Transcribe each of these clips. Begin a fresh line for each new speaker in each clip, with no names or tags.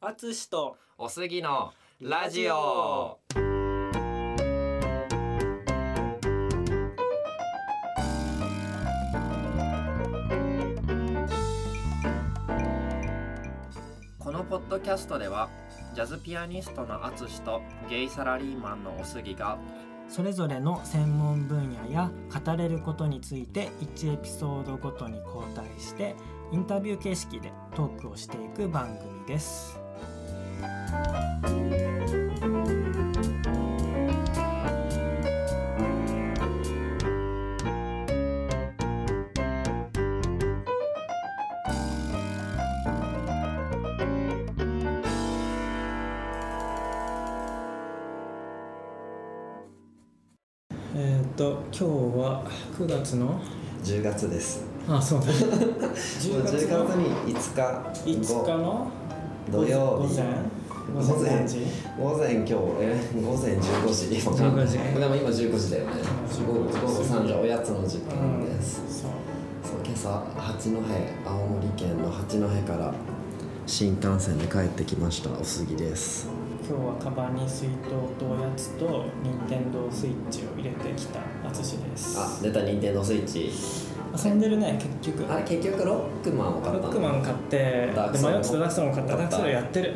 あつしと
おすぎのラジオこのポッドキャストではジャズピアニストのアツシとゲイサラリーマンのおすぎが
それぞれの専門分野や語れることについて1エピソードごとに交代してインタビュー形式でトークをしていく番組ですえっ、と今日は9月の
10月です
あそうだ
10
10
月
月の
に5
5
日
日の
土曜日
午前午
午
前
前
何時
午前今日え午前15時今
15時
でも今15時だよね午後午後3時おやつの時間です、
そう
そう今朝八戸青森県の八戸から新幹線で帰ってきましたおすぎです
今日はカバンに水筒とおやつと任天堂スイッチを入れてきたあつしです
あ出た任天堂スイッチ
遊んでるね結局
あれ結局ロックマンを
ロ
買ったの
ックマン買ってで
ダークソウル
迷ってたダークソウルも買ったダークソウルやってる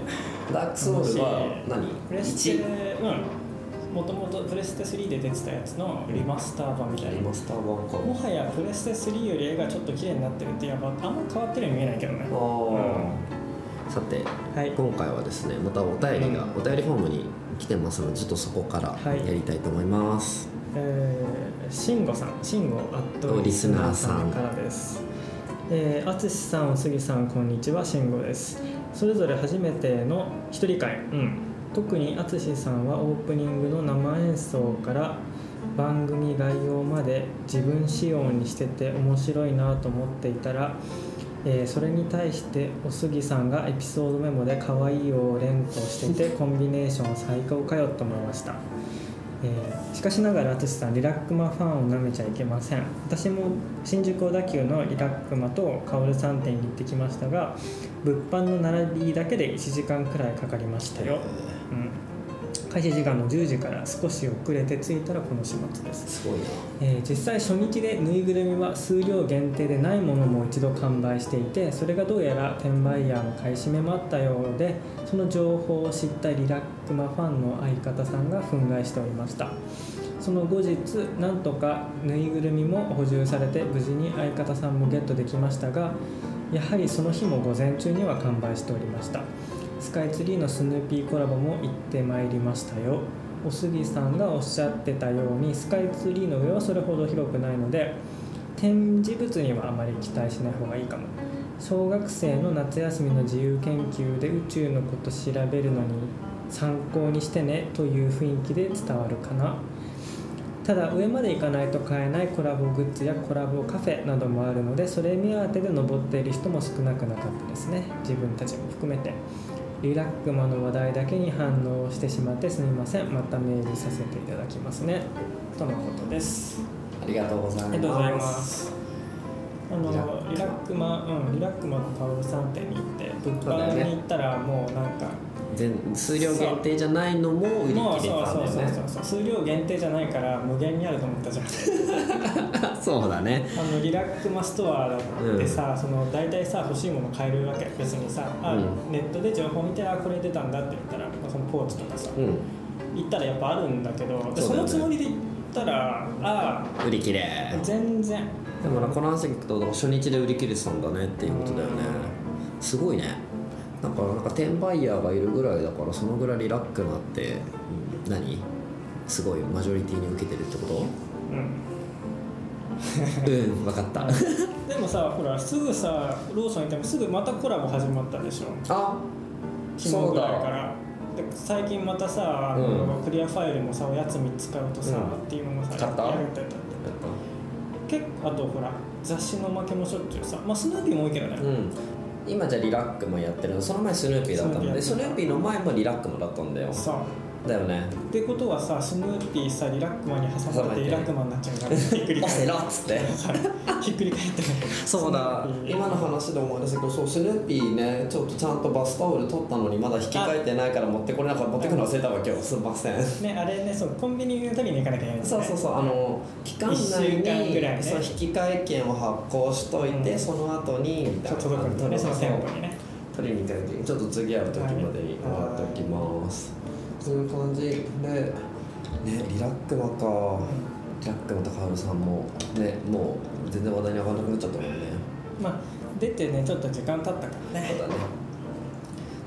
ダークソウルは何
プレステ
?1
うんもともとプレステ3で出てたやつのリマスター版みたいな
マスター版か
もはやプレステ3より絵がちょっと綺麗になってるっていやばあんま変わってるように見えないけどね
あー、さて
はい
今回はですねまたお便りが、お便りフォームに来てますのでちょっとそこから
はい
やりたいと思います、
えー、慎吾さん慎吾アットリ
リ
ス
ス
ナ
ナ
ー
ー
さ
さ
ん
ん
からですえー、あつしさんおすぎさんこんにちは慎吾ですそれぞれ初めての一人会、うん、特にあつしさんはオープニングの生演奏から番組概要まで自分仕様にしてて面白いなと思っていたら、えーそれに対しておすぎさんがエピソードメモで可愛いを連呼しててコンビネーション最高かよと思いましたえーしかしながら淳さんリラックマファンをなめちゃいけません私も新宿小田急のリラックマとカオル3店に行ってきましたが物販の並びだけで1時間くらいかかりましたよ、うん、開始時間の10時から少し遅れて着いたらこの始末です
すごいな
えー実際初日でぬいぐるみは数量限定でないものも一度完売していてそれがどうやら転売ヤーの買い占めもあったようでその情報を知ったリラックマファンの相方さんが憤慨しておりましたその後日なんとかぬいぐるみも補充されて無事に相方さんもゲットできましたがやはりその日も午前中には完売しておりましたスカイツリーのスヌーピーコラボも行ってまいりましたよおすぎさんがおっしゃってたようにスカイツリーの上はそれほど広くないので展示物にはあまり期待しない方がいいかも小学生の夏休みの自由研究で宇宙のこと調べるのに参考にしてねという雰囲気で伝わるかなただ上まで行かないと買えないコラボグッズやコラボカフェなどもあるのでそれ目当てで登っている人も少なくなかったですね自分たちも含めてリラックマの話題だけに反応してしまってすみませんまたメールさせていただきますねとのことです
ありがとうございます
ありがとうございますあのリ
リ
ラ
ラ
ッ
ッ
クマうんリラックマのカオル3店に行って物
そうだよ
販
ね
に行ったらもうなんか
全数量限定じゃないのも売り
もう
切れ
そう
たん
そう
だ
そう
よ
そ
ね
うそう数量限定じゃないから無限にあると思ったじ ゃん
そうだね
あのリラックマストアでさ、その大体さ欲しいもの買えるわけ別にさあ、
うん
ネットで情報見てあこれ出たんだって言ったらそのポーチとかさ
うん
行ったらやっぱあるんだけどそ,、
そう
の
だよね
つもりで行ったらあ
売り切れ
あ全然
でもなこの話聞くと初日で売り切れてたんだねっていうことだよねすごいねだからなんか転売ヤーがいるぐらいだからそのぐらいリラックなって、うん何すごいマジョリティに受けてるって こと
うん
うん分かった
でもさほらすぐさローソン行ってもすぐまたコラボ始まったでしょ
あ
昨日
そう
ぐらい
だ
からで最近またさ、あのクリアファイルもさおやつ3つ買うとさ、
うん
っていうのもさ
買った
やるみたいだって結構あとほら雑誌のおまけもしょっちゅうさまあスヌーピーも多いけどね、
うん今じゃあリラックマやってるのその前スヌーピーだったん
そう
でスヌーピーの前もリラックマだったんだよ
さ
だよね
ってことはさスヌーピーさリラックマンに挟まれてリラックマンになっちゃうからひっくり
「オ
返
セ
っ
ロ」っつって
てひっくり返って
そう
ス
だ
ヌーピー
今の話で思い出したけどそうスヌーピーねちょっとちゃんとバスタオル取ったのにまだ引き換えてないから持ってこれなかった持ってくの忘れたわ今日すいません
ねあれねそうコンビニの時に行かなきゃいけないんだよ
そう
ね
そうそうあの期間内に
一週間ぐらいね
そう引き換え券を発行しといて、
うん
その後にみたい
ちょっ
な
と届くんだよねその店舗にね
取りに行かないといけないちょっと次会う時までに終わっておきますそういう感じでねリラックマかリラックマとカールさんもねもう全然話題に上がらなくなっちゃったもんね
まあ出てねちょっと時間経ったからね
そうだね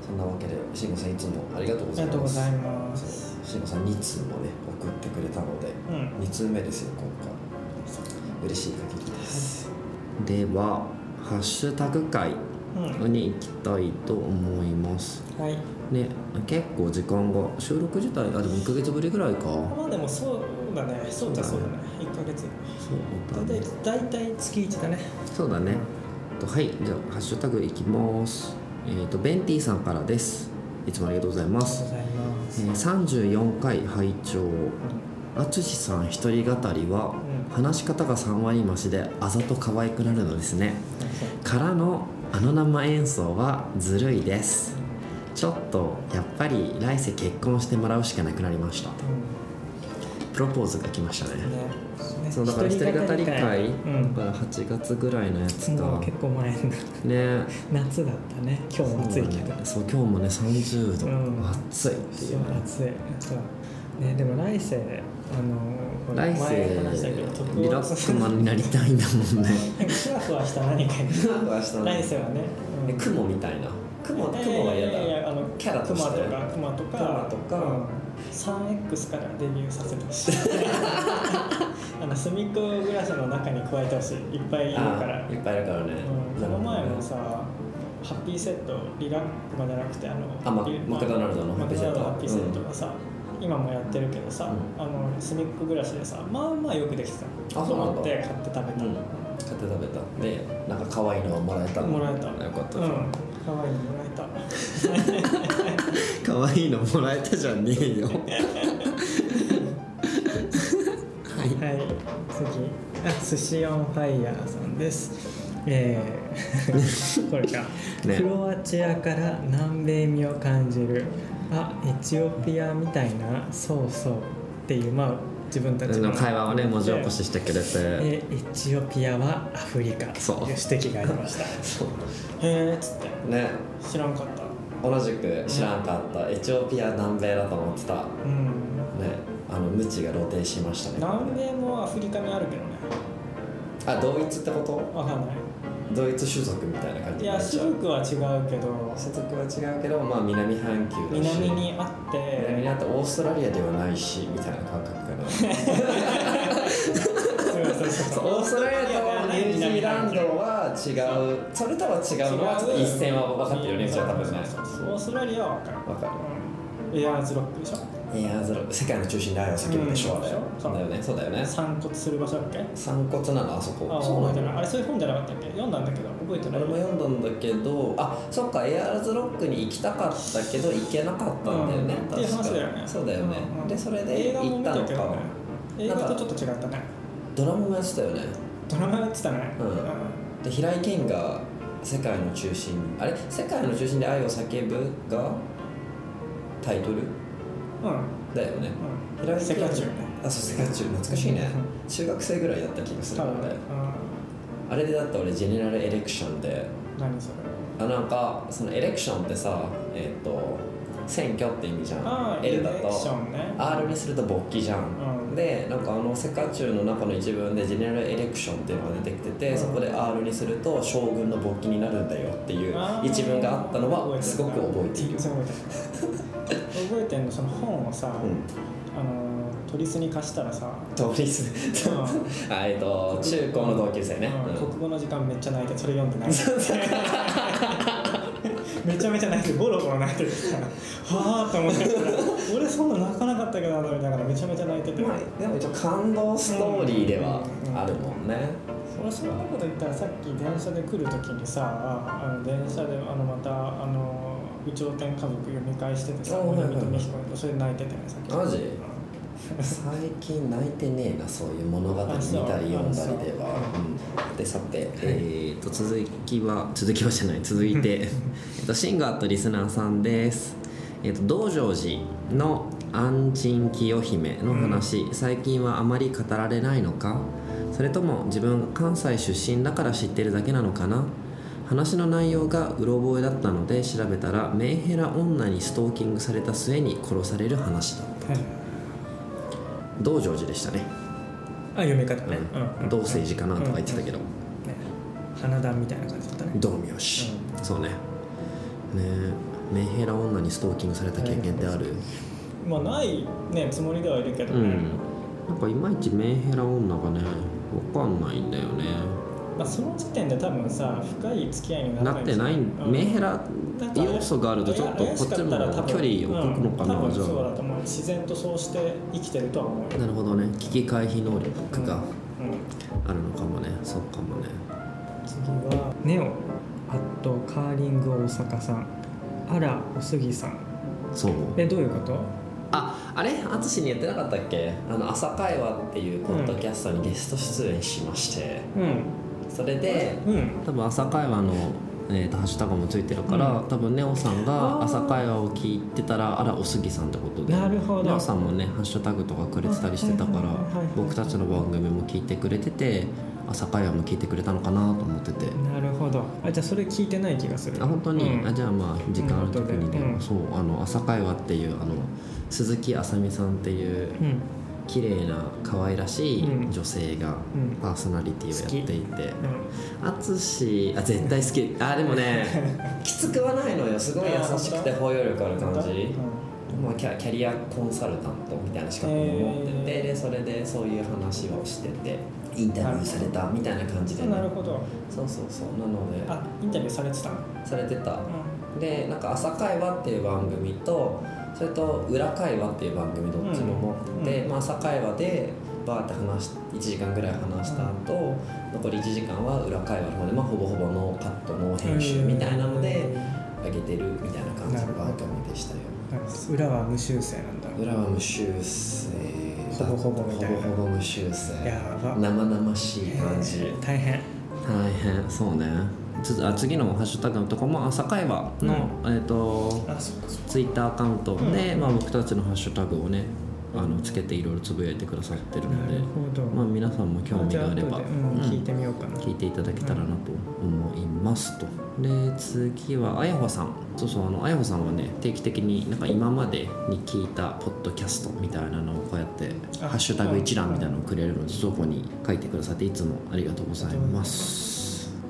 そんなわけで慎吾さんいつもありがとう
あ
ご
り
ざい
がとう
ま
ご
す
ざいます
そう慎吾さん2通もね送ってくれたので
うん
2通目ですよ今回嬉しい限りです、ではハッシュタグ会
うん
に行きたいと思います
はい
ね結構時間が収録自体あでも1ヶ月ぶりぐらいかそ
まあでもそうだねそうだそうだね一ヶ月
うだ
大
ね
体大体月1だね
そうだねとはいじゃあハッシュタグいきますえっ、とベンティさんからですいつもありがとうございま
ありがとう
す、
ございま
え
す
ー、34回拝聴淳さん一人語りは
うん
話し方が3割増しであざと可愛くなるのですねからのあの生演奏はずるいですちょっとやっぱり来世結婚してもらうしかなくなりましたプロポーズが来ました
うん
ね
ね
そうだから一人語り会、
うん
だから8月ぐらいのやつ
も
か
う結構前の
ね
夏だったね今日も暑いけど
そう今日もね30度、
うん
暑いっていうね
暑いそうねでも来世あのこの
来
前話したけど
世
徳
リ
を
ラックマンになりたいんだもんね
ふわふわした何かに
ふわふわした
来世はね、う
え
ん
雲みたいな雲
いやいや
雲は嫌
いやいや
だ
あの
キャラとして
クマとかクマとか
クマとか
うん、3X からデビューさせてほしい あの隅っこ暮らしの中に加えてほしいいっぱいいるか
あ
ら、
いっぱいいるからね、
うん、
な
この
るほどね
前もさハッピーセットリラックマじゃなくてあの
あま
リ
マクドナルドのハ
マ
ッピ
ク
ー
ドナ
セ
ルドの
ット
ハッピーセットがさ、今もやってるけどさ、
う
あの隅っこ暮らしでさまあまあよくできてた
あそうなん
と思
だ
って買って食べた、
うん買って食べたでなんか可愛いのがもらえたの
もらえた
よかった
う
じゃん
ん可愛いのもらえた
可愛いのもらえたじゃねえよはい
はい、次あ寿司オンファイヤーさんですえ ー、これか、
ね
クロアチアから南米味を感じるあエチオピアみたいなそうそうっていうまあ自分たち
の会話をね文字起こ
し
ししてくれて
えエチオピアはアフリカ
そう
という指摘がありましたへ
そう
えっつって
ね
知らんかった
同じく知らんかったエチオピア南米だと思ってたね
うん
あの無知が露呈しましたね
南米もアフリカにあるけどね
あ同一ってこと
わかんない
同一種族みたいな感じ
いや
になっち
種
ゃう
族は違うけど
種族は違うけどまあ南半球だし
南にあって
南にあってオーストラリアではないしみたいな感覚かな
そうそう
そ
そう
うオーストラリアとニュージーランドは違うそれとは違うのはちょっと一線は分かってるよねじゃあ多分ね
そうそうそうオーストラリアは分かる
分かる
うんエアーズロックでしょ
エアーズロ世界の中心で愛を叫ぶでしょ、
うん
あれ
そ
そううだよねそうだよね
散骨する場所だっけあ
散骨なのあそこそう
覚
な
えてない
の
あれそういう本じゃなかったっけ読んだんだけど覚えてない
俺も読んだんだけどあそっかエアーズロックに行きたかったけど行けなかったんだよね、
うん
確
っ
か
ていう話だよね
そうだよね、
うんうん
でそれで
映画も
行っ
見
た
た
の
け
か
どね映画
なん
と
か
ちょっと違ったね
ドラマもやってたよね
ドラマやってたね
うんで平井堅が世界の中心あれ世界の中心で愛を叫ぶがタイトル
うんうん
だよね
う
平
ん
井堅
世界中ね
あそう世界中懐かしいね中学生ぐらいだった気がする
多
の
分
で、
うん
あれでだって俺ジェネラルエレクションで
何それ
あなんかそのエレクションってさえっ、と選挙って意味じゃ
あ
ん
あエ
L だ
レクショ
と
ンね
R にすると勃起じゃん、
うん
でなんかあの世界中の中の一文でジェネラルエレクションっていうのが出てきてて、
うん
そこで R にすると将軍の勃起になるんだよっていう
あー
一文があったのはすごく覚えてい
全
る
然覚えてる覚えてんのその本をさ、
うん
あのトリスに貸したら さ、
とりあえず あえっと中高の同級生ね、
うん
うん
国語の時間めっちゃ泣いてそれ読んで泣いて めちゃめちゃ泣いてボロボロ泣いてるからはあと思ってたら俺そんな泣かなかったけどなと思いながらめちゃめちゃ泣いてて、
まあでも一応感動ストーリーではあるもんね、
俺そんなこと言ったらさっき電車で来る時にさあの電車であのまたあの有頂天家族読み返しててさ
あはい
森
はい
富彦にそれ泣いててねさっき
マジ最近泣いてねえなそういう物語見た
あ
り
そう
読んだりでは、うんでさて、えー、と続きは 続きはじゃない続い てえっとシンガーとリスナーさんです、えっと道成寺の安心清姫の話、最近はあまり語られないのかそれとも自分関西出身だから知ってるだけなのかな話の内容がうろ覚えだったので調べたらメンヘラ女にストーキングされた末に殺される話だ
はい
道成寺でしたね
あ読み方ね、
うん、同性児かなとか言ってたけど、
うんね花壇みたいな感じだったね
道明氏、そうねねえメンヘラ女にストーキングされた経験ってある、
まあないねつもりではいるけど
う
ね、
んなんかいまいちメンヘラ女がねわかんないんだよね
まあ、その時点で多分さ深い付き合いにな
な
ら
っ
で
て
しょ
ない、
うん
メンヘラ
なんか
要素があるとちょっと
怪
こ
し
っ
か
ち
たら多
も
分
距離を置くのかな、
うん
じ
多分そうだ
ゃ
と思う自然とそうして生きてるとは思う
あ
よ
なるほどね危機回避能
うんう
力が
ん
あるのかもね、そうかもね
次はネオアットカーリング大阪さんあらおすぎさん
そう
えどういうこと
ああれ淳にやってなかったっけあの朝会話っていうポッドキャストにゲスト出演しまして、
うん
それで
うん
多分朝会話の、えーとハッシュタグもついてるから、多分ネオさんが朝会話を聞いてたらあらおすぎさんってことで
なるほど
ネオさんもねハッシュタグとかくれてたりしてたから、
はいはいはいはい
僕たちの番組も聞いてくれてて朝会話も聞いてくれたのかなと思ってて、
なるほどあじゃあそれ聞いてない気がする
あ本当に、
うん
あじゃあまあ時間ある時にで
うん後で
も、
うん
そうあの朝会話っていうあの鈴木あさみさんっていう
うん
綺麗な可愛らしい
うん
女性が
うん
パーソナリティをやっていて、
う
淳あ絶対好きあで もねきつくはないのよすごい優しくて包容力ある感
ん
じ、まあ、キャキャリアコンサルタントみたいな資格も持って
へ
て、
ー
でそれでそういう話をしててインタビューされたみたいな感じで、
うん
ね、
なるほど
そうそうそうなので
あインタビューされてたの
されてた
う
でなんか「朝会話」っていう番組とそれと「裏会話」っていう番組どっちも持ってて、
うん
まあ、朝会話でバーって話し1時間ぐらい話した後、残り1時間は裏会話の方で、まあ、ほぼほぼノーカットノー編集みたいなので上げてるみたいな感じの番組でしたよ
うん裏は無修正なんだ
裏は無修正だ
ほぼほぼみたいな
ほぼほぼ無修正
やば
生々しい感じ
大変
大変そうねつあ次のハッシュタグのとこも朝会話の、えっ、と
あそっかそっか
ツイッターアカウントで、まあ、僕たちのハッシュタグをねあのつけていろいろつぶやいてくださってるの
な
で
る、ほど、
まあ、皆さんも興味があれ
じゃ
ば、
後でうん
うん
聞いてみようかな、
聞いていただけたらなと思いますとで次はあやほさんそうそうあのあやほさんはね定期的になんか今までに聞いたポッドキャストみたいなのをこうやって
あ
ハッシュタグ一覧みたいなのをくれるのでそこに書いてくださっていつもありがとうございます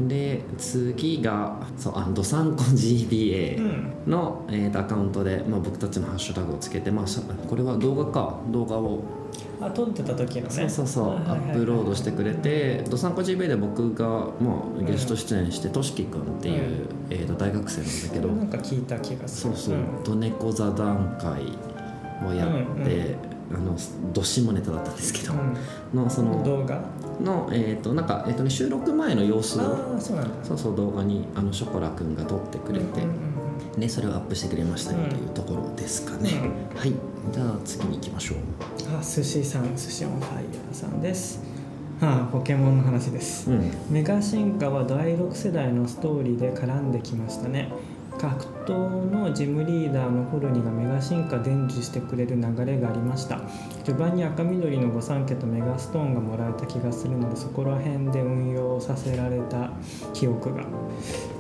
で次がそうアンドサンコ GBA、
うん
の、えーとアカウントで、まあ、僕たちのハッシュタグをつけて、まあ、しゃこれは動画か動画を、
あ撮ってた時のね
そうそうそう、
はいはいはい
アップロードしてくれて「どさんこ GB」で僕が、まあ、ゲスト出演してとしきくんっていう、えーと大学生なんだけど、
なんか聞いた気がす
そ
る
うそう
うん
「どねこ座談会」をやって、あのど下ネタだったんですけど、のそ
うん
の
動画
の、えーとなんかえーとね、収録前の様子を
ああそうなんだ
そうそう動画にあのショコラくんが撮ってくれて。
うん
ね、それをアップしてくれましたよ
うん
というところですかね、はいじゃあ次に行きましょう
うんうんあ寿司さん寿司オンファイヤーさんですああポケモンの話です、
うん
メガ進化は第6世代のストーリーで絡んできましたね格闘のジムリーダーのホルニがメガ進化伝授してくれる流れがありました序盤に赤緑の御三家とメガストーンがもらえた気がするのでそこら辺で運用させられた記憶が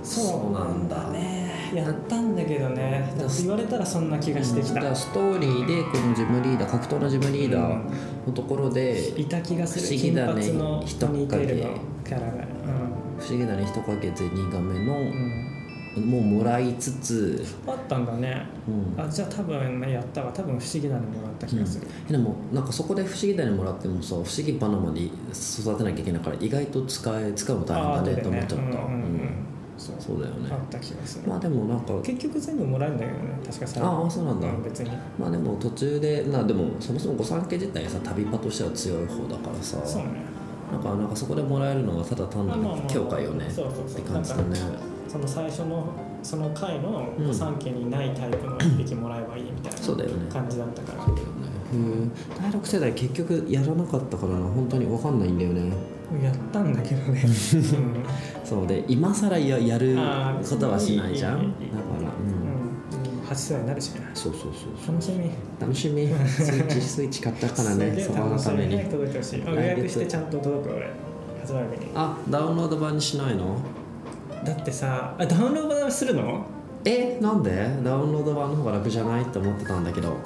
そうなんだ
ねやったんだけどね
だ
言われたらそんな気がしてき
だか
た
らストーリーでこのジムリーダー格闘のジムリーダーのところで
いた気がす
不
る
思議
金
だね
髪の似
人
てる
影
のキャラが
不思議だね人影銭ガメの
うん、う、ん、
もうもらいつつ、
あったんだね
うん
あじゃあ多分やったわ多分不思議なのもらった気がする、
でもなんかそこで不思議だねもらってもさ不思議花まで育てなきゃいけないから意外と使え使うの大
あ
変だ
後
ね
で
と思っちゃった、
うんうんうん
うん
そう
そうだよね
あった気がする、
まあでもなんか
結局全部もらえるんだけどね確か最後
ああそうなんだ、
うん別に
まあでも途中でなでもそもそも御三家自体さ旅パとしては強い方だからさ
そうね
なんかなんかそこでもらえるのがただ単
ま
な
あまあま
る
あ
教会よね
そうそう
っ
そう
て感じだね
なんかその最初のその会の
うん
御三家にないタイプの一匹もらえばいいみたい
そうだよね
な感じだったから、
そうだよねうん第6世代結局やらなかったからな本当に分かんないんだよね
やったんだけどね、
そうで今更ややる
あー
ことはしないじゃん
いいいいいい
だから、う
うん
ん
うん、8世代になるしね
そうそうそうそう
楽しみ
楽しみスイッ チスイッチ買ったから
すげ
ね
え
そこの
楽したみ
めに
早く届いてほしいあ予約してちゃんと届く俺発売日に
あダウンロード版にしないの
だってさあダウンロードするの
えなんでダウンロード版の方が楽じゃないって思ってたんだけど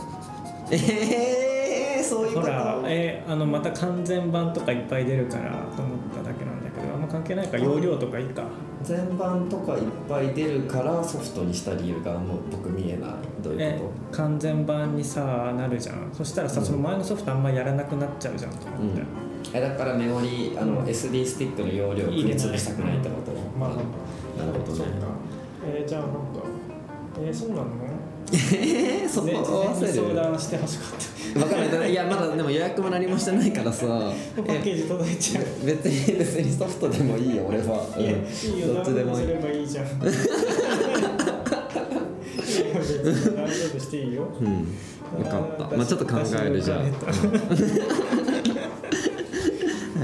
えー、そういうこ
ほ
と
らえーあのまた完全版とかいっぱい出るからと思っただけなんだけどあんま関係ないから容量とかいいか
全版とかいっぱい出るからソフトにした理由がもう僕見えないどうい
え
うこ
完全版にさなるじゃんそしたらさ、
うん
その前のソフトあんまやらなくなっちゃうじゃんと思って、
うんとえだからメモリあの SD スティックの容量を
入れ
組み
ない
潰したくないってこと
まあ
なるほどね
えーじゃあなんかえーそうなの
えー、そこ
前
合わ
日
せ
に相
る
談してほしかっ
分かんないいやまだでも予約も何もしてないか らさ
たパッケージ届いちゃう
え別に別にソフトでもいいよ俺は、
いや
うん
いいよ
ど
ダウ
っ
ン
ち
ロ
で
ード
もい
す
い
ればいいじゃんいいよ別にダウンロードしていいよ
うん、分かった。まあちょっと考えるじゃん。は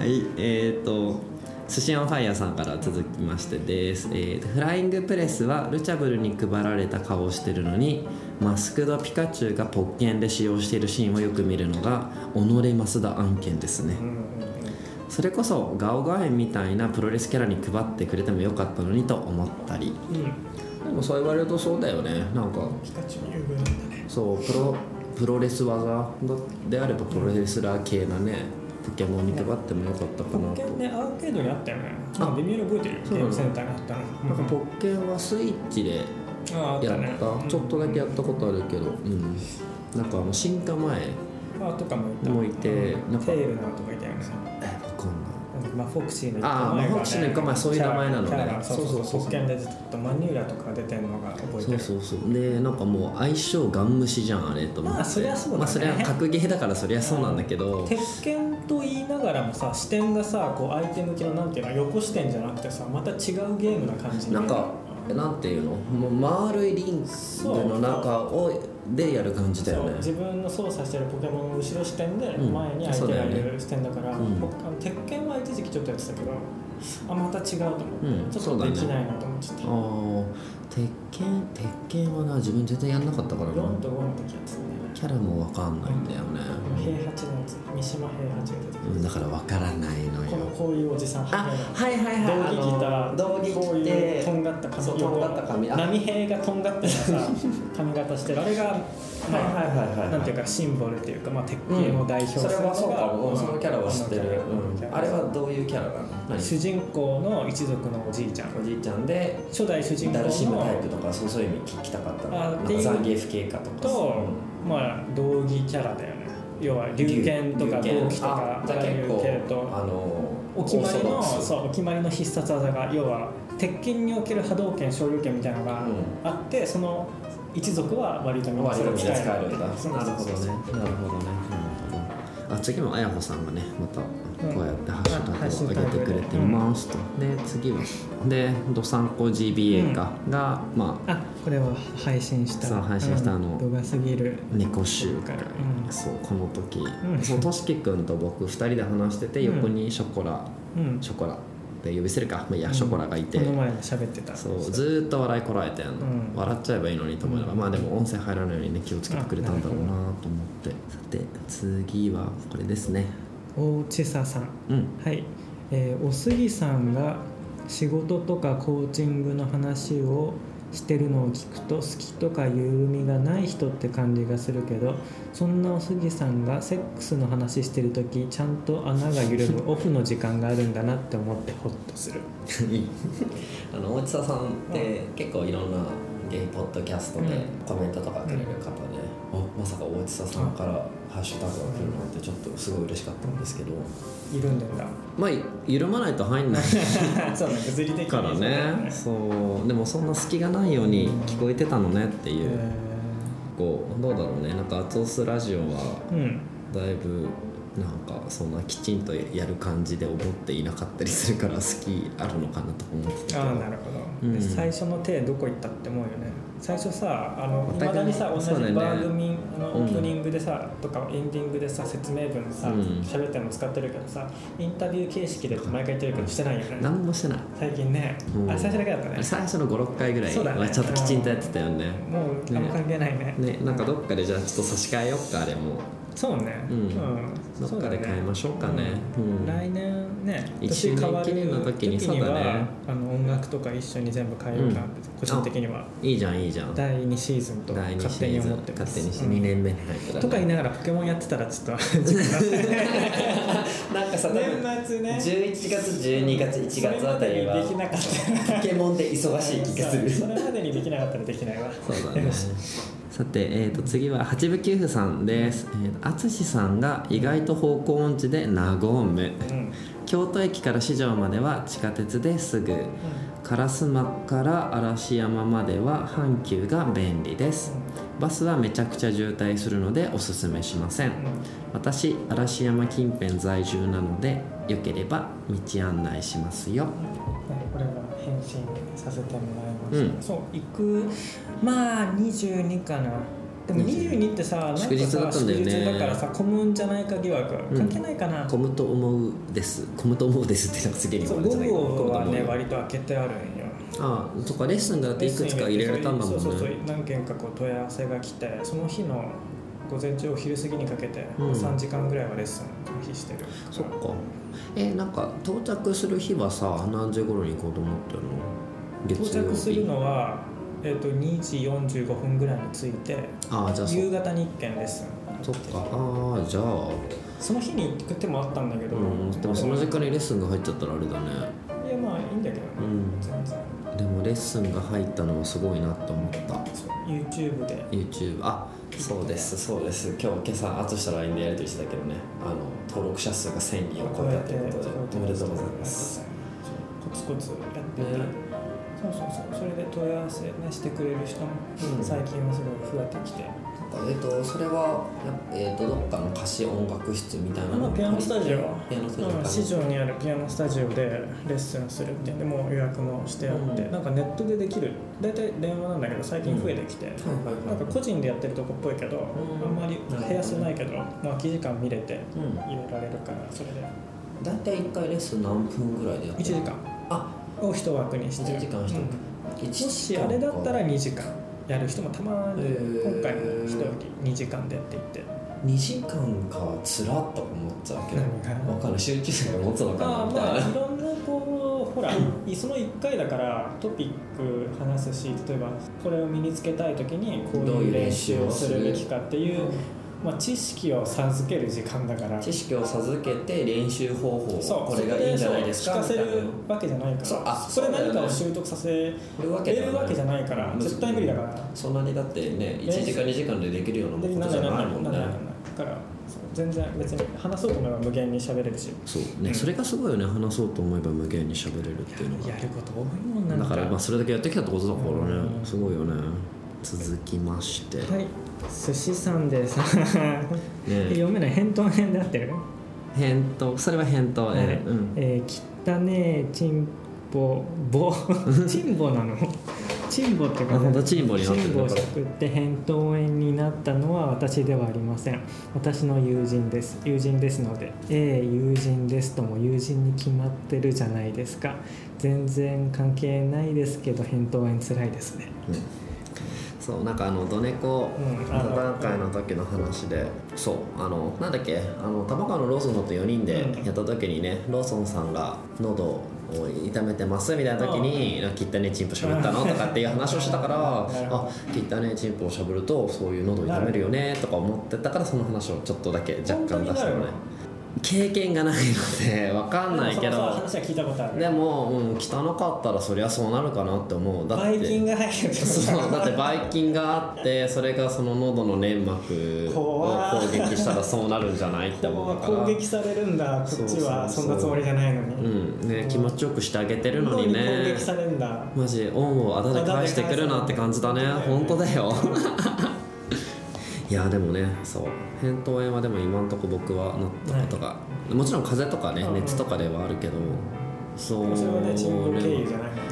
い、えっ、と。寿司オンファイヤーさんから続きましてです、えーとフライングプレスはルチャブルに配られた顔をしてるのにマスクドピカチュウがポッケンで使用しているシーンをよく見るのが己増田案件ですね
うんうんうん
それこそガオガエンみたいなプロレスキャラに配ってくれてもよかったのにと思ったり
うん、
でもそう言われるとそうだよねなんか
ピカチュウ優遇なんだね。
そうプロプロレス技であればプロレスラー系なねポケモンに配ってもよかったか
ポ
な
ッケ
と
ンね、アーケードにあったよね。
あ
なんか微妙に覚えてるよ。ゲ
そうな
ー
の
ムセンターにあった
なんか
の。
ポッケンはスイッチで
あああった
や
ね
っ。たちょっとだけやったことあるけどうんなんかあの進化前え
あとかもいた。
もういて
うん
なんか
テールのとかいたよね。
わかんない
なんかまあフォクシーの
ああ
前がね
まあフォクシーの一個前そういう名前なのね
キャラがそうそう
そ
そう
そうそう
う。ポッケンでずっとマニューラとかが出てるのが覚えて
そう
る。
そうそうでなんかもう相性ガン虫じゃんあれと思って
まあそりゃそうだね
まあそりゃ格ゲーだからそりゃそうなんだけど
鉄拳と言いながらもさ視点がさこう相手向きのなんていうの横視点じゃなくてさまた違うゲームな感じに
なんかなんていうのもう丸いリンクの中をでやる感じだよ
そう
ね
自分の操作してるポケモンの後ろ視点で
うん
前に相手がいる視点だから、
うん
僕あの鉄拳は一時期ちょっとやってたけどあまた違うと思って、
うん
ちょっ
そう
と
だ
で
ね
きないなと思っちゃった、
あー鉄拳鉄拳はな自分全然やんなかったからな
4と5の時やってたね
キャラもわかんないんだよね、
平八のやつ三島平八が出てく
うん、
る、
だからわからないの
この
よ
こういうおじさん
あはいはいはい
道着着
あ
た
の道着着て
こういうとんがった髪
そうとんがった髪あ
波平がとんがってたさ髪型してるあれが、まあ
いはい
なんていうかシンボルっていうか、まあ、鉄
う
拳
ん
を代表する
それはそうか
ま
も、
あ
そのキャラは知ってる、うん、あれはどういうキャラなの何
主人公の一族のおじいちゃん
おじいちゃんで
初代主人公
ダルシムタイプ
の
とかそうそういう意味聞きたかった
あ
ななん
っていう
かザンギエフ系かとか
と、まあ道着キャラだよね要は龍拳とか
竜
道着とか
あじゃあ結構
ああいう系統
あの
お決まりの
オーソドックス
そうお決まりの必殺技が要は鉄拳における波動拳昇竜拳みたいなのが
う
あって、その一族は割とみんな
割
それ
と
を
使
使え
え
る
るんだ
そうそうそうそう
なるほどねあ次もあやほさんがねまたこうやってハッシ
あハッシュ
ュタ
タ
グ
グ
を上げてくれてますと、で次はで「どさんこ GBA か」がまあ
あこれは配信した
そう配信したあの
うん動画すぎる
猫集会、
うん
そうこの時、
ん
そうとしきくんと僕2人で話してて
うん
横にショコラ、
うん
ショコラって呼び捨てるか、まあ、いや
うん
ショコラがいて、
この前も喋ってた
そうずーっと笑いこらえてんの、
ん
笑っちゃえばいいのにと思いながら、まあでも音声入らないようにね気をつけてくれたんだろうな
あ
と思ってさて次はこれですね
大内ささん
うん
はい、えーおすぎさんが仕事とかコーチングの話をしてるのを聞くと好きとか緩みがない人って感じがするけどそんなおすぎさんがセックスの話してる時ちゃんと穴が緩むオフの時間があるんだなって思ってホッとする
あの大内さんって結構いろんなゲイポッドキャストで
うん
コメントとかくれる方で、あまさか大内さんからハッシュタグが来るなんてちょっとすごい嬉しかったんですけど
緩んで んだ
まあ緩まないと入んない
そうね物理的に
か らねそうでもそんな隙がないように聞こえてたのねっていう、こうどうだろうねなんか「アツオスラジオ」は
うん
だいぶなんかそんなきちんとやる感じで思っていなかったりするから好きあるのかなとか思ってたけ
あ
ど
あなるほど
うん
で最初の手どこ行ったって思うよね最初さあの
全く
未だにさ同じ
そうだよね
番組、あの
うん
オープニングでさ、とかエンディングでさ説明文さ
うん
喋、ってるの使ってるけどさインタビュー形式でって毎回言ってるけどしてないよね
何もしてない
最近ね、
うん
あれ最初だけだったね
最初の56回ぐらい
そうだね
はちゃんときちんとやってたよね
もうあんま関係ないね
ねなんかどっかでじゃあちょっと差し替えよっかでも
そうね
うんど
そ
っ
う
か
だ
で
ね
変えましょうかねうん
来年ね
一
年
年
変わる
記念の時にそうだね
はあの音楽とか一緒に全部変えようかなって、個人的にはい
いじゃんいいじゃん
第2シーズンと
第二
勝
シ
手に
ーズン
思ってま
勝
す
手に2年目に入った
うん
ら
とか言い
な
ながらポケモンやってたらちょっと 時間が
んかさ多分
年末ね
11月12月1月あたりは
それまでにできなかった
ポケモンで忙しい気がする
それまでにできなかったらできないわ
そうだね
よし。
さて、えー、と次は八部九夫さんです。えー、厚さんが意外と方向音痴で和む。
うん
京都駅から市場までは地下鉄ですぐ。烏丸から嵐山までは阪急が便利です。バスはめちゃくちゃ渋滞するのでおすすめしません。私嵐山近辺在住なのでよければ道案内しますよ。
これは返信させてもらいま
う
した、
ん
そう行くまあ22かなでも22ってさなんかさ
祝日だったんだよね
祝日だからさ古文じゃないか疑惑
うん
関係ないかな、
混むと思うです。混むと思うですってなんかすげえ日
そう
本語じゃないかな
午後は
混むと思う
ね
よ
割と開けてあるんよ
ああとかレッスンがあっていくつか入れられたんだもんね
そうそうそう何件かこう問い合わせが来てその日の午前中お昼過ぎにかけて
うん
3時間ぐらいはレッスン拒否してる、
そっかえなんか到着する日はさ何時頃に行こうと思ってるの月曜
到着
日
するのは、えっと2時45分ぐらいに着いて
ああじゃあそ
夕方に1件レッスン
そっかああじゃあ
その日に行く手もあったんだけど、
うんでもその時間にレッスンが入っちゃったらあれだね
いやまあいいんだけどね、
うん
全然
でもレッスンが入ったのはすごいなって思った
そう YouTube で
YouTube あそうですそうです今日今朝あとした LINE でやり取りしてたけどねあの登録者数が1000人を超えたということでおめでとうございます
コツコツやっていただいて、そうそうそうそれで問い合わせ、ね、してくれる人も
うん
最近はすごい増えてきて、
えっとそれは、えっとどっかの歌詞音楽室みたいな
まあ、ピアノスタジオ
ピアノスタジオか
うん市場にあるピアノスタジオでレッスンするっていうんでもう予約もしてあって、
うん
なんかネットでできる大体電話なんだけど最近増えてきて、
はいはいはい
なんか個人でやってるとこっぽいけど、
ん
あんまり部屋数ないけど、まあ、空き時間見れて
うん
入れられるからそれで
大体1回レッスン何分ぐらいでやって
1
る
時間
あ
を一枠にして
1時間一
うん
人1
もしあれだったら2時間やる人もたまに
へー
今回も一枠2時間でって言って
2時間かつらっと思っちゃうけど
何が
分かる集中力が持つのかな
ああ
み
ま
た
あ
いない
ろんなこうほらいその1回だからトピック話すし例えばこれを身につけたい時にこう
どう
い
いうう
練
練
習
習
を
を
す
す
るべ
る
きかっていう、まあ、知識を授ける時間だから
知識を授けて練習方法
そう
これがいいんじゃないですか
それ
み
で
た
そ
いう
聞
な
かせるわけじゃないから
そうあ
これ
そうだ
何
よね
かを習得させ
そういうわけ
れるわけじゃないから
うん
絶対無理だから
そんなにだってね1時間2時間でできるような
で
も
な
の
ん
じ
だなん
ゃ
だ
ない
な
も
ん
ん
だなんだ
ね
だからそう全然別に話そうと思えば無限に喋れるし
そうねそれがすごいよね話そうと思えば無限に喋れるっていうのが
やること多いもんなん
だからまあそれだけやってきたってことだから
う
ね
ん
すごいよね続きまして
はい寿司さん です
え
読めない返答編で合ってる
返答それは返答
はい
えーうん
えー、汚ねえチンポ ボチンボなのチンボって
あ
感
本
じ
当チンボになって
辛
るん
抱
だ
しくって扁桃炎になったのは私ではありません私の友人です友人ですのでええ友人ですとも友人に決まってるじゃないですか全然関係ないですけど扁桃炎つらいですね
そうなんかあのドネコ
うんあの
座談会の時の話でそうあのなんだっけあの玉川のローソンのと4人で
うん
やった時にねローソンさんが喉を痛めてますみたいな時に「なんか切ったねチンポしゃぶったの?」とかっていう話をしてたから「
なるほど
あ切ったねチンポをしゃぶるとそういう喉痛めるよね」とか思ってたからその話をちょっとだけ若干出した
本当
の
にな
ね
る
経験がないので分かんないけ
そのさ
ど
話は聞いたことある
でも、うん、汚かったらそりゃそうなるかなって思うだって
バイキンが入るってこと
そうだってばい菌があってそれがその喉の粘膜を
怖い
攻撃したらそうなるんじゃないって思うから
攻撃されるんだこっちはそ
そうそうそう
んなつもりじゃないのに、
うんね気持ちよくしてあげてるの
喉
に
に攻
ね
撃されるんだ
マジ恩をあだで返してくるなって感じだね本当だよ いやでもねそう扁桃炎はでも今んとこ僕はなったことがもちろん風邪とかね
うんうん
熱とかではあるけどそう
それはねチンボ経由じゃないも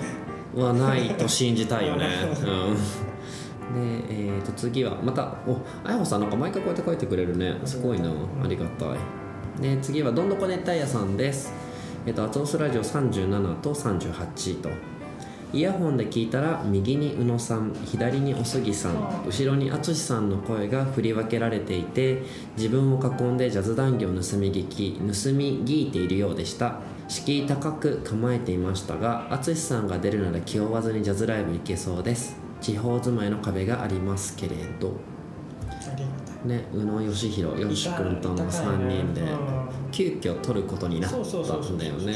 んね
はないと信じたいよねうんで、えー、と次はまたおあやほさんなんか毎回こうやって書いてくれるねすごいなありがたいで次はどんどこ熱帯夜さんですえっ、とアツオスラジオ37と38とイヤホンで聞いたら右に宇野さん左におすぎさん後ろに淳さんの声が振り分けられていて自分を囲んでジャズ談義を盗み聞き盗み聞いているようでした敷居高く構えていましたが淳さんが出るなら気負わずにジャズライブ行けそうです地方住まいの壁がありますけれど
ありが
ね宇野義弘よし君との3人で
いたいたねうん
急遽撮ることになったんだよね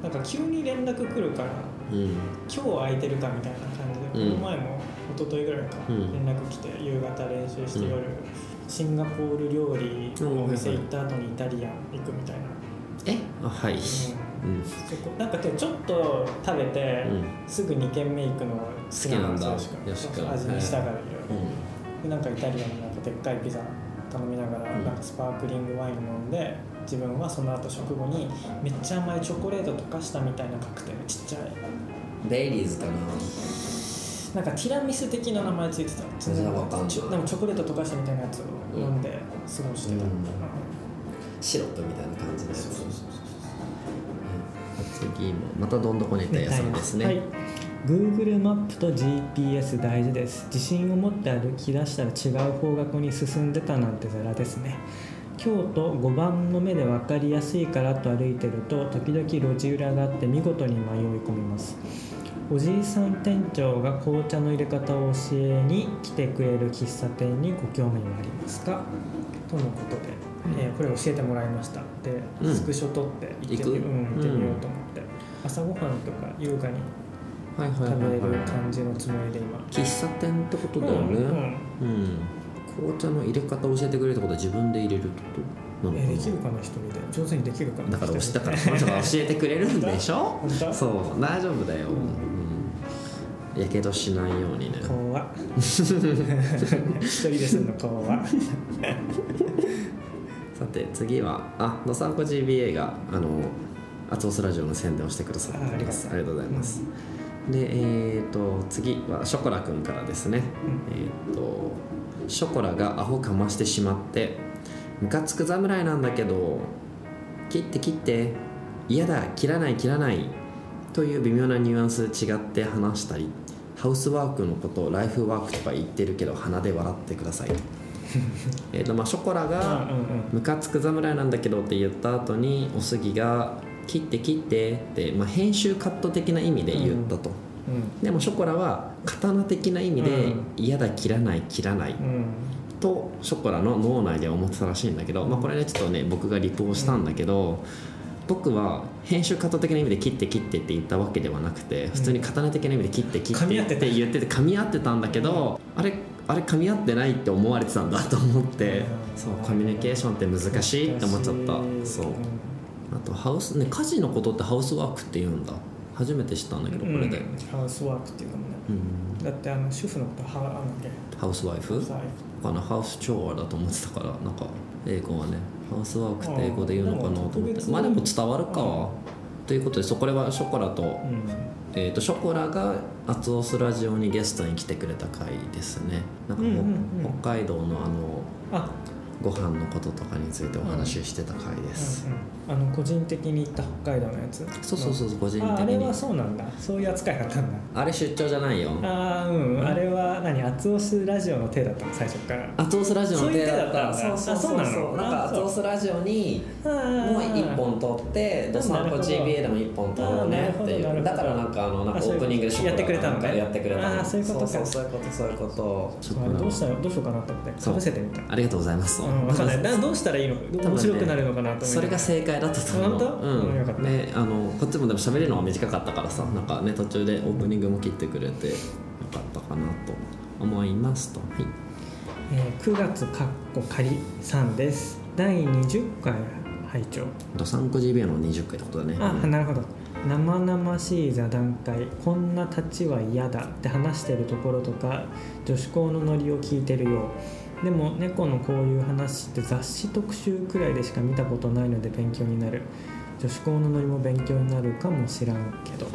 たいなんか急に連絡来るから
うん
今日空いてるかみたいな感じで、
うん
この前も一昨日ぐらいか、
う
連
ん
絡来て夕方練習して夜、
う
シンガポール料理のお店行った後にイタリアン行くみたいな、
えあはいうん
そこなんかでもちょっと食べて、
うん
すぐ2軒目行くの好きなんですよ
好
し
きなんだ
か
よしか
味にしたがるよ、
う
でなんかイタリアンのなんかでっかいピザ頼みながら、
うん
なんかスパークリングワイン飲んで自分はその後食後にめっちゃ甘いチョコレート溶かしたみたいなカクテルちっちゃい
んベイリーズかな
なんかティラミス的な名前ついてた
全然わかんない
ちょでもチョコレート溶かしたみたいなやつを飲んで過ごしてた、
うん
うん
シロップみたいな感じのやつ
そうそうそうそう
次もまたどんどこネタ屋さんですね、
はい Google マップと GPS 大事です自信を持って歩き出したら違う方角に進んでたなんてザラですね京都5番の目で分かりやすいからと歩いてると時々路地裏があって見事に迷い込みますおじいさん店長が紅茶の入れ方を教えに来てくれる喫茶店にご興味はありますかとのことで、えーこれ教えてもらいましたで、
うん
スクショ撮って行って
行く
みよううん行ってみようと思って、朝ごはんとか優雅に
はいはい
食
はい
べる
はい
感じのつもりで今、
喫茶店ってことだよね、
う
うん
ん
紅茶の入れ方を教えてくれるってことは自分で入れるってこと
うん
な
え
のか
で
な
きるかな一人で上手にできるかな
だから
一人
だ
で
からこの人が教えてくれるんでしょ
本当
そう大丈夫だよ、
う
うんんやけどしないようにね
怖っ 一人でするの怖っ
さて次はあのさんこ GBA があのアツオスラジオの宣伝をしてくださってます
あ
ありがとうございます、でえっ、と次はショコラくんからですね、えっ、とショコラがアホかましてしまってムカつく侍なんだけど切って切って嫌だ切らない切らないという微妙なニュアンス違って話したりハウスワークのことをライフワークとか言ってるけど鼻で笑ってください とえっとまあショコラが
うんうん
ムカつく侍なんだけどって言った後におすぎが「切って切って」って、まあ、編集カット的な意味で言ったと、
うん
でもショコラは刀的な意味で
うん
「嫌だ切らない切らない
うんう」ん
とショコラの脳内で思ってたらしいんだけど、まあ、これねちょっとね僕がリポをしたんだけど、僕は編集カット的な意味で「切って切って」って言ったわけではなくて普通に刀的な意味で「切って切って」
噛み合
っ
って
て
た
言ってて噛み合ってたんだけど、あれあれ噛み合ってないって思われてたんだと思って、
うん
そうコミュニケーションって難しいって思っちゃった
難しい
そうあとハウスね家事のことってハウスワークって言うんだ初めて知ったんだけどこれで、
うんハウスワークっていうかもね
うん
だってあの主婦のことはなんだっけ
ハウスワイフ
さ
かなハウス調和だと思ってたからなんか英語はねハウスワークって英語で言うのかなと思っ
あーでも特
て
別
まあでも伝わる
うん
かということでそうこれはショコラと,、
うん
えー、とショコラがアツオスラジオにゲストに来てくれた回ですねなんかもう、
うんうんうん
北海道のあの
あ
ご飯のこととかについてお話ししてた回です、
うんうんあの個人的に行った北海道のやつ
そうそうそうそう個人
ああ
的
れ
に
はそうなんだそういう扱いだったんだ
あれ出張じゃないよ
ああうん、あれは何アツオスラジオの手だったの最初から
アツオスラジオの手だった
そういう手だったんだ
そうそう
あそう
そう
な
そ
の
うなんか
あ
ア
そ
ツ
う
オスラジオにもう一本取ってどさんこ GBA でも一本取ろうねっ
あーなる
て
ほどなるほ
い
ど
うだからなんかあのなんか
あ
オ
そういう
ープニングでショコラ
やってくれたのね
なんかやってくれたの
あーそういうことか
そうそうそういうことそういうこと
あれどうしたらどうしようかなと思って
そう
かぶせてみた
ありがとうございます、
うん、わかんないだどうしたらいいの
ね
面白くなるのかなと思って、
それが正解だったと思う
本当うんよかっ
うん
た
ねあのこっちもでも喋るのは短かったからさなんかね途中でオープニングも切ってくれてよかったかなと思いますとはい
えー9月かっこ仮さんです第20回拝聴
どさんこ GBA の20回ってことだね
あ
うん
なるほど生々しい座談会こんな立ちは嫌だって話してるところとか女子校のノリを聞いてるようでも猫のこういう話って雑誌特集くらいでしか見たことないので勉強になる女子校のノリも勉強になるかもしらんけど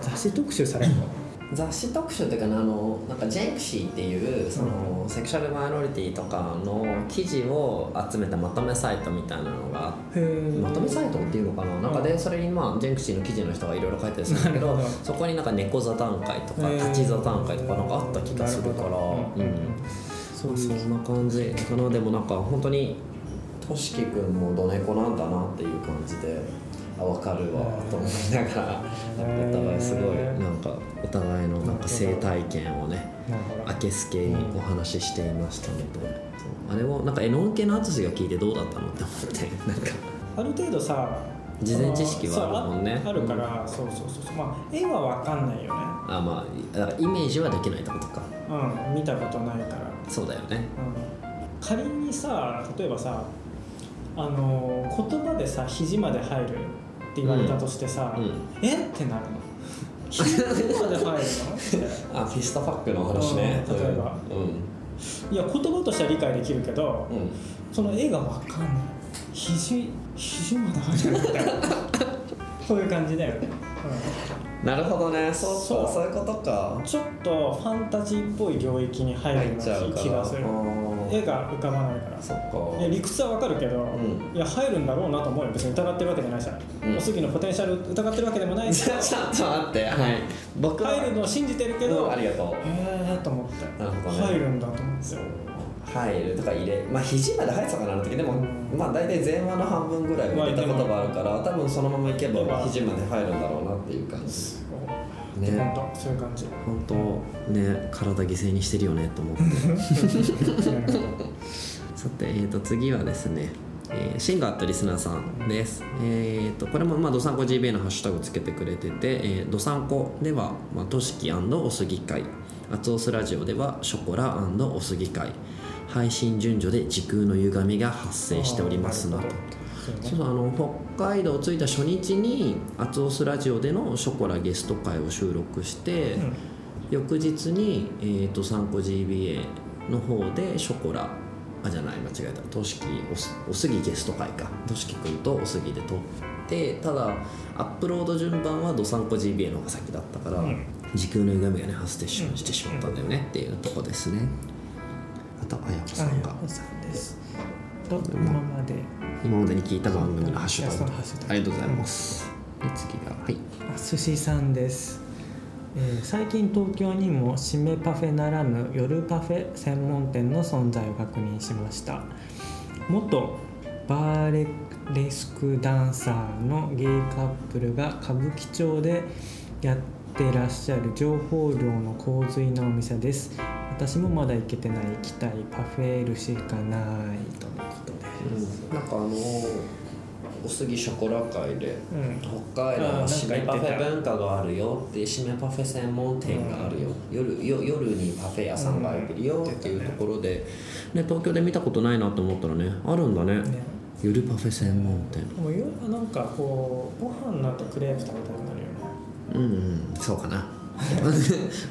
雑誌特集されるの
雑誌特集っていうかなあのなんかジェンクシーっていうその、セクシャルマイノリティとかの記事を集めたまとめサイトみたいなのがあって
へー
まとめサイトっていうのかななんかでそれにまあジェンクシーの記事の人がいろいろ書いてるんでするんだけど
なるほど
そこになんか猫座談会とか
へー
立ち座談会とかなんかあった気がするから
なるほ
う
ど
ん
そ
まあ
うい
そ
うん
な感じかなでもなんか本当にとしきくんもどねこなんだなっていう感じであ分かるわと思いながらなんかお互いすごいなんかお互いのなんか生態圏をね
なるほど
明けすけにお話ししていましたので、そうあれをなんか絵の受けの淳が聞いてどうだったのって思ってなんか
ある程度さ
事前知識はあるもんね
そうああるから、そうそうそうそうまあ絵はわかんないよね
あまあだからイメージはできないってことか
うん見たことないから
そうだよね
うん仮にさ例えばさあのー言葉でさ肘まで入るって言われたとしてさ、
うん
えってなるの肘まで入るの
あフィスタファックの
うん例えばいや言葉としては理解できるけど
うん、うん
その絵がわかんない肘肘まで入るみたいなそういう感じだよね、
なるほどねそうそう
そ
そういうことか
うん、ちょっとファンタジーっぽい領域に入るよ
入
う
っ
な
ちゃうから
気がする
あー
絵が浮かばないから
そっ
いや
か
理屈はわかるけど、
う
いや入るんだろうなと思うよ別に疑ってるわけじゃないじゃん、
うん
おすぎのポテンシャル疑ってるわけでもない し
じゃあちょっと待ってはい僕は
入るのを信じてるけ
う
ど
んあ
へ
りがと
えーと思って
うなるほどね
入るんだと思って
入るとか入れまあ肘まで入ってたかなあの時でもまあ大体前話の半分ぐらいは入れたことがあるから多分そのままいけば肘まで入るんだろうなっていう感じね
本当そういう感じ
本当ね体犠牲にしてるよねと思ってさて、えー、と次はですね、えーシンガーってリスナーさんです、えー、とこれも、まあ、どさんこ GB のハッシュタグつけてくれてて、えー、どさんこでは、まあ、としきおすぎ会アツオスラジオではショコラおすぎ会配信順序で時空の歪みが発生しておりますなとそうあの北海道着いた初日に「アツオスラジオ」でのショコラゲスト会を収録して、
うん
翌日に、えー、とサンコ GBA の方でショコラあじゃない間違えたとしきおすおすぎゲスト会かとしきくんとおすぎで撮ってただアップロード順番はどさんこ GBA の方が先だったから、
うん
時空の歪みがね発生してしまったんだよねっていうとこですねあとあやこさんが
さんですと今まで
今までに聞いた番組のハッシュタグ
いやそのハッシュタグ
ありがとうございます、で次がはい
あ寿司さんです、えー最近東京にも締めパフェならぬ夜パフェ専門店の存在を確認しました元バーレレスクダンサーのゲイカップルが歌舞伎町でやってらっしゃる情報量の洪水なお店です私もまだ行けてない行きたいパフェるしかないとのことです、
なんかあのおすぎショコラ会で
うん
北海道
あーなん
は
か
締
言っ
め
てた
パフェ文化があるよって締めパフェ専門店があるよ、夜よ夜にパフェ屋さんがやってるよっていうところで、ね、東京で見たことないなと思ったらねあるんだね
ね
夜パフェ専門店
でも夜はなんかこうご飯の後クレープ食べたくなるよね
うんうんそうかな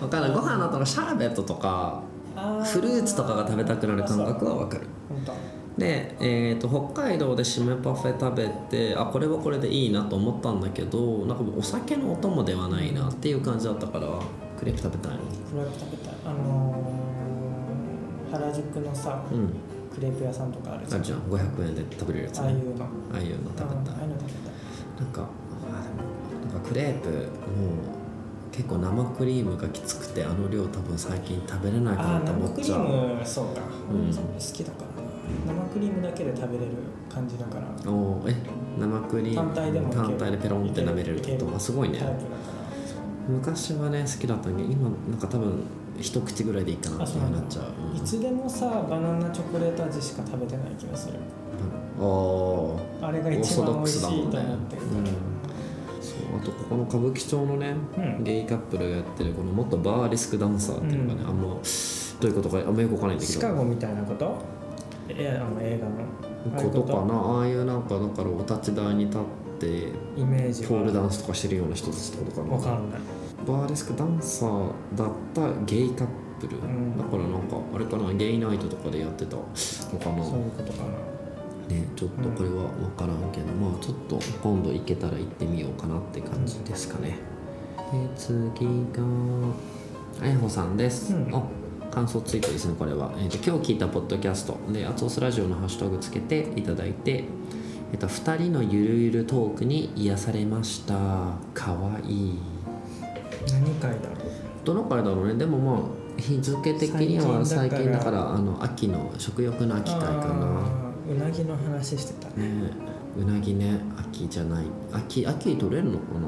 わかんないご飯の後のシャーベットとかフルーツとかが食べたくなる感覚はわかる
本当
で、えー、と北海道で締めパフェ食べてあこれはこれでいいなと思ったんだけどなんかもうお酒のお供ではないなっていう感じだったからクレープ食べたいの
クレープ食べたいあのー、原宿のさ
うん
クレープ屋さんとかあるじ
あ
ゃん
るじゃん500円で食べれるやつ
ああいう
ね
の
ああいうの食べ
うん
た
ああ
い
いうの食べたい
なんかあでもなんかクレープもう結構生クリームがきつくてあの量多分最近食べれないかな
あ
って
生
思っ
クリ
ちゃう
ームそうか、
うん
そう好きだからな生クリームだけで食べれる感じだから
おーえ生クリーム
単体でもいける
単体でペロンって舐めれるってことはすごいね
タイプだからそう
昔はね好きだったんで今なんか多分一口ぐらいでいいかなってなっちゃううん
いつでもさバナナチョコレート味しか食べてない気がする
あー
あれが
オー
一
ソドッ
番
ク
美味し
ス
い
だ
と思
もん
っ
ね、
て
う
る
ん、そうあとここの歌舞伎町のね、
うん
ゲイカップルがやってるこの元バーリスクダンサーっていうのがね、
うん
あんまどういうことかあんまよくわからないんだけ
シ
ど
カゴみたいなこといやあの映画のああいう
ことかなああいうなんかだからお立ち台に立って
イメージは
ポールダンスとかしてるような人たちってことかな
わかんない
バーレスクダンサーだったゲイカップル、
ん
だからなんかあれかなゲイナイトとかでやってたのかな
そういうことかな
ねちょっとこれは分からんけど、まあちょっと今度行けたら行ってみようかなって感じですかね、で次があやほさんです、
うん
あ感想ツイートですねこれは、えーと今日聞いたポッドキャストで「アツオスラジオ」のハッシュタグつけていただいて、えー、と2人のゆるゆるトークに癒されましたかわいい
何回だろ
どのからだろうねでもまあ日付的には
最
最近
近
だ
だ
か
から
らあの秋の食欲の
う
秋会かな
あーうなぎの話してたね
ねえうなぎね秋じゃない秋秋取れるのかな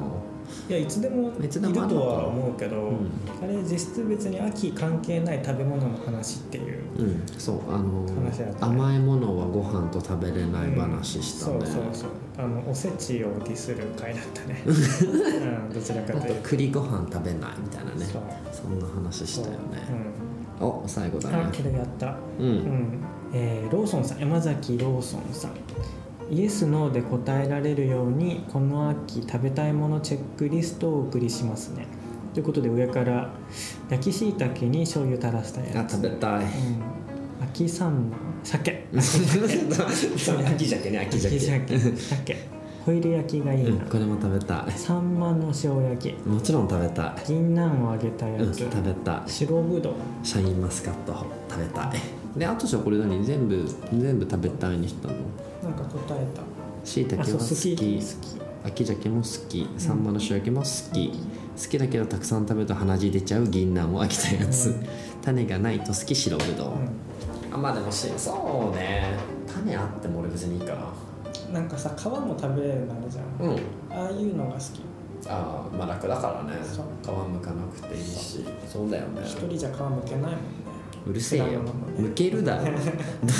い
やいつでもい
い
る
つ
と
でもあんのか
は思うけど、
うん
あれ実質別に秋関係ない食べ物の話っていう
うんそうあの
話だったね
甘いものはご飯と食べれない話したね、
うんそうそうそうあのおせちをディスる回だった ね、うん、どちらか
あ
と
と
いうと
栗ご飯食べないみたいなね
そう
そんな話したよ
う
ね、
ん
お最後だ
あ
ね
けどやった、う
う
んんえーローソンさん山崎ローソンさんイエス・ノーで答えられるようにこの秋食べたいものチェックリストをお送りしますねということで上から焼きしいたけに醤油垂らしたや
あ
つ
食べたい
うん、秋三枚鮭
秋鮭ね秋鮭
鮭鮭ホイル焼きがいい
うん
な、
これも食べたい
サンマの塩焼き
もちろん食べたい
銀杏を揚げたや
うん
つ、
食べたい
白ぶどう
シャインマスカット食べたいであとじゃあこれ何全部全部食べたいにしたの
なんか答えた
しいた
あ
け
そう
は
好
好
き好
き
き
秋鮭も好きサンマの塩焼きも好き、好きだけどたくさん食べると鼻血出ちゃう銀杏も飽きたやつ、
うん
種がないと好き白ぶどう、
う、
あまあでもしそうね種あっても俺別にいいかなん
なんかさ皮も食べれるようになるじゃん
うん
ああいうのが好き
ああまあ楽だからね
そう
皮むかなくていいしそうだよね
一人じゃ皮むけないもんね
うるせえよ
果物もね
むけ るだろどっ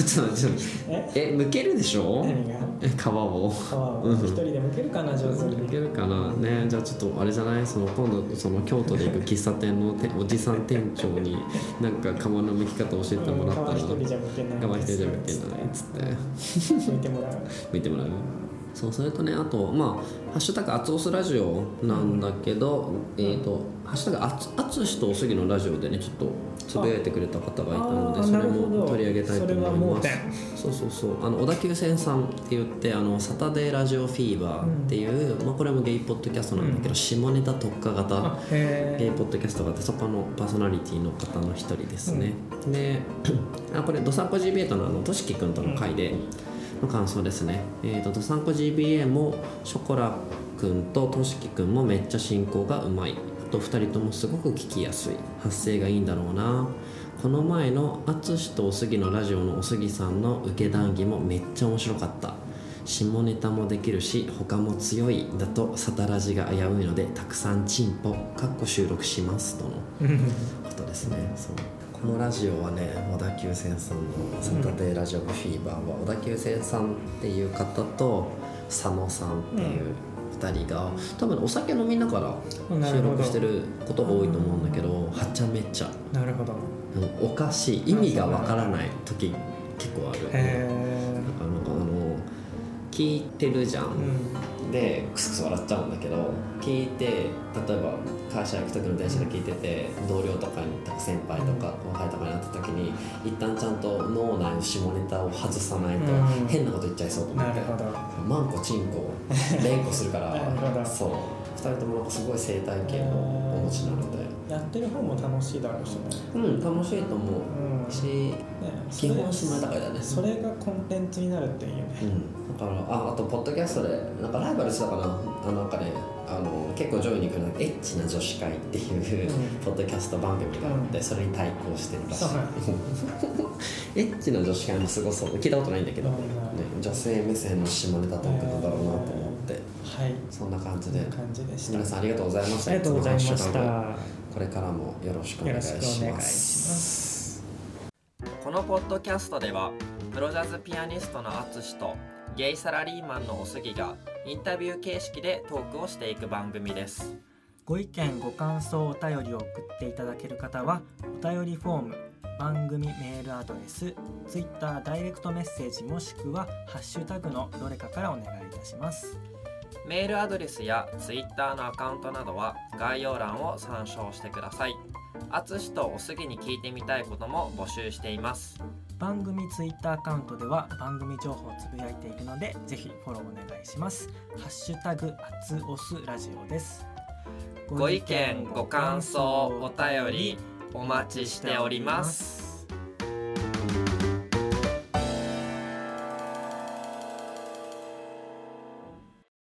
ちのちょっと
え
えむけるでしょ
何が
え皮を
皮を
うん
一人でむけるかな上手
いけ
に
るかなねじゃあちょっとあれじゃないその今度その京都で行く喫茶店のておじさん店長になんか皮の剥き方教えてもらったら
うん皮一人じゃむけない
我慢してじゃんけんだねっつって
むいてもらう
見てもらうそうそれとねあとまあ「ハッシュタグアツオスラジオ」なんだけど、えっ、と「ハッシュタグアツアツシとおすぎのラジオ」でねちょっとつぶやいてくれた方がいたので
あー
それ
なるほ
も
ど
取り上げたいと
それは
思い
盲
ます
点
そうそうそうあの小田急線さんって言ってあの「サタデーラジオフィーバー」っていう、まあ、これもゲイポッドキャストなんだけど、
うん
下ネタ特化型
あへ
ゲイポッドキャストがあってそこのパーソナリティの方の一人ですね、であこれ「どさんこ GBA」とのあのとしきくんとの会での感想ですね「えー、とどさんこ GBA」もショコラくんととしきくんもめっちゃ進行がうまいあと2人ともすごく聞きやすい発声がいいんだろうなこの前の淳とおすぎのラジオのおすぎさんの受け談義もめっちゃ面白かった下ネタもできるし他も強いだとサタラジが危ういのでたくさんチンポかっこ収録しますとの
えうん
ことですねそうこのラジオはね小田急線さんの「サタデーラジオフィーバー」は小田急線さんっていう方と佐野さんっていう2人が多分お酒飲みなが
うん
ら
なるほ
収
ど
録してることが多いと思うんだけどはちゃめちゃ
なるほど
うんおかしい意味がわからない時結構ある。
へ
なんかなんかあの聞いてるじゃん、
えうん
でクスクス笑っちゃうんだけど聞いて例えば会社行く時の電車で聞いてて同僚とかにとか先輩とか後輩とかに会った時に一旦ちゃんと脳内の下ネタを外さないと
うん
変なこと言っちゃいそうと思
な
っ
る
て、
ほど
マンコチン コ連呼するか
なるほど
らそう2人ともなんかすごい生態系もお持ちなので
やってる方も楽しいだろうしね
うん楽しいと思
う
うん
ね
し
そ
基
れ
本下ネタ会だね
それがコンテンツになるっていうね
だからああとポッドキャストでなんかライバルしてたかなあなんかねあの結構上位に来るのがエッチな女子会っていう、
うん
ポッドキャスト番組があって、それに対抗してるらしい
そうなん
エッチな女子会もすごそう聞いたことないんだけど、
う
ね
ん
女性目線の下ネタトークなんだろうなと思って、
はい
そんな感
そ
じ
ん
で
な感じでした
皆さんありがとうございました
ありがとうございま
つ
し
もハッシュタグ
た
これからもよろしくお願いし
よろしくお願いし
ま
ますす
このポッドキャストではプロジャズピアニストの淳とゲイサラリーマンのおすぎがインタビュー形式でトークをしていく番組です
ご意見ご感想お便りを送っていただける方はお便りフォーム番組メールアドレス Twitter ダイレクトメッセージもしくは「ハッシュタグのどれかからお願いいたします
メールアドレスやツイッターのアカウントなどは概要欄を参照してください淳とおすぎに聞いてみたいことも募集しています
番組 Twitter アカウントでは番組情報をつぶやいているのでぜひフォローお願いします「ハッシュタグアツオスラジオ」です
ご意見ご感想お便りお待ちしております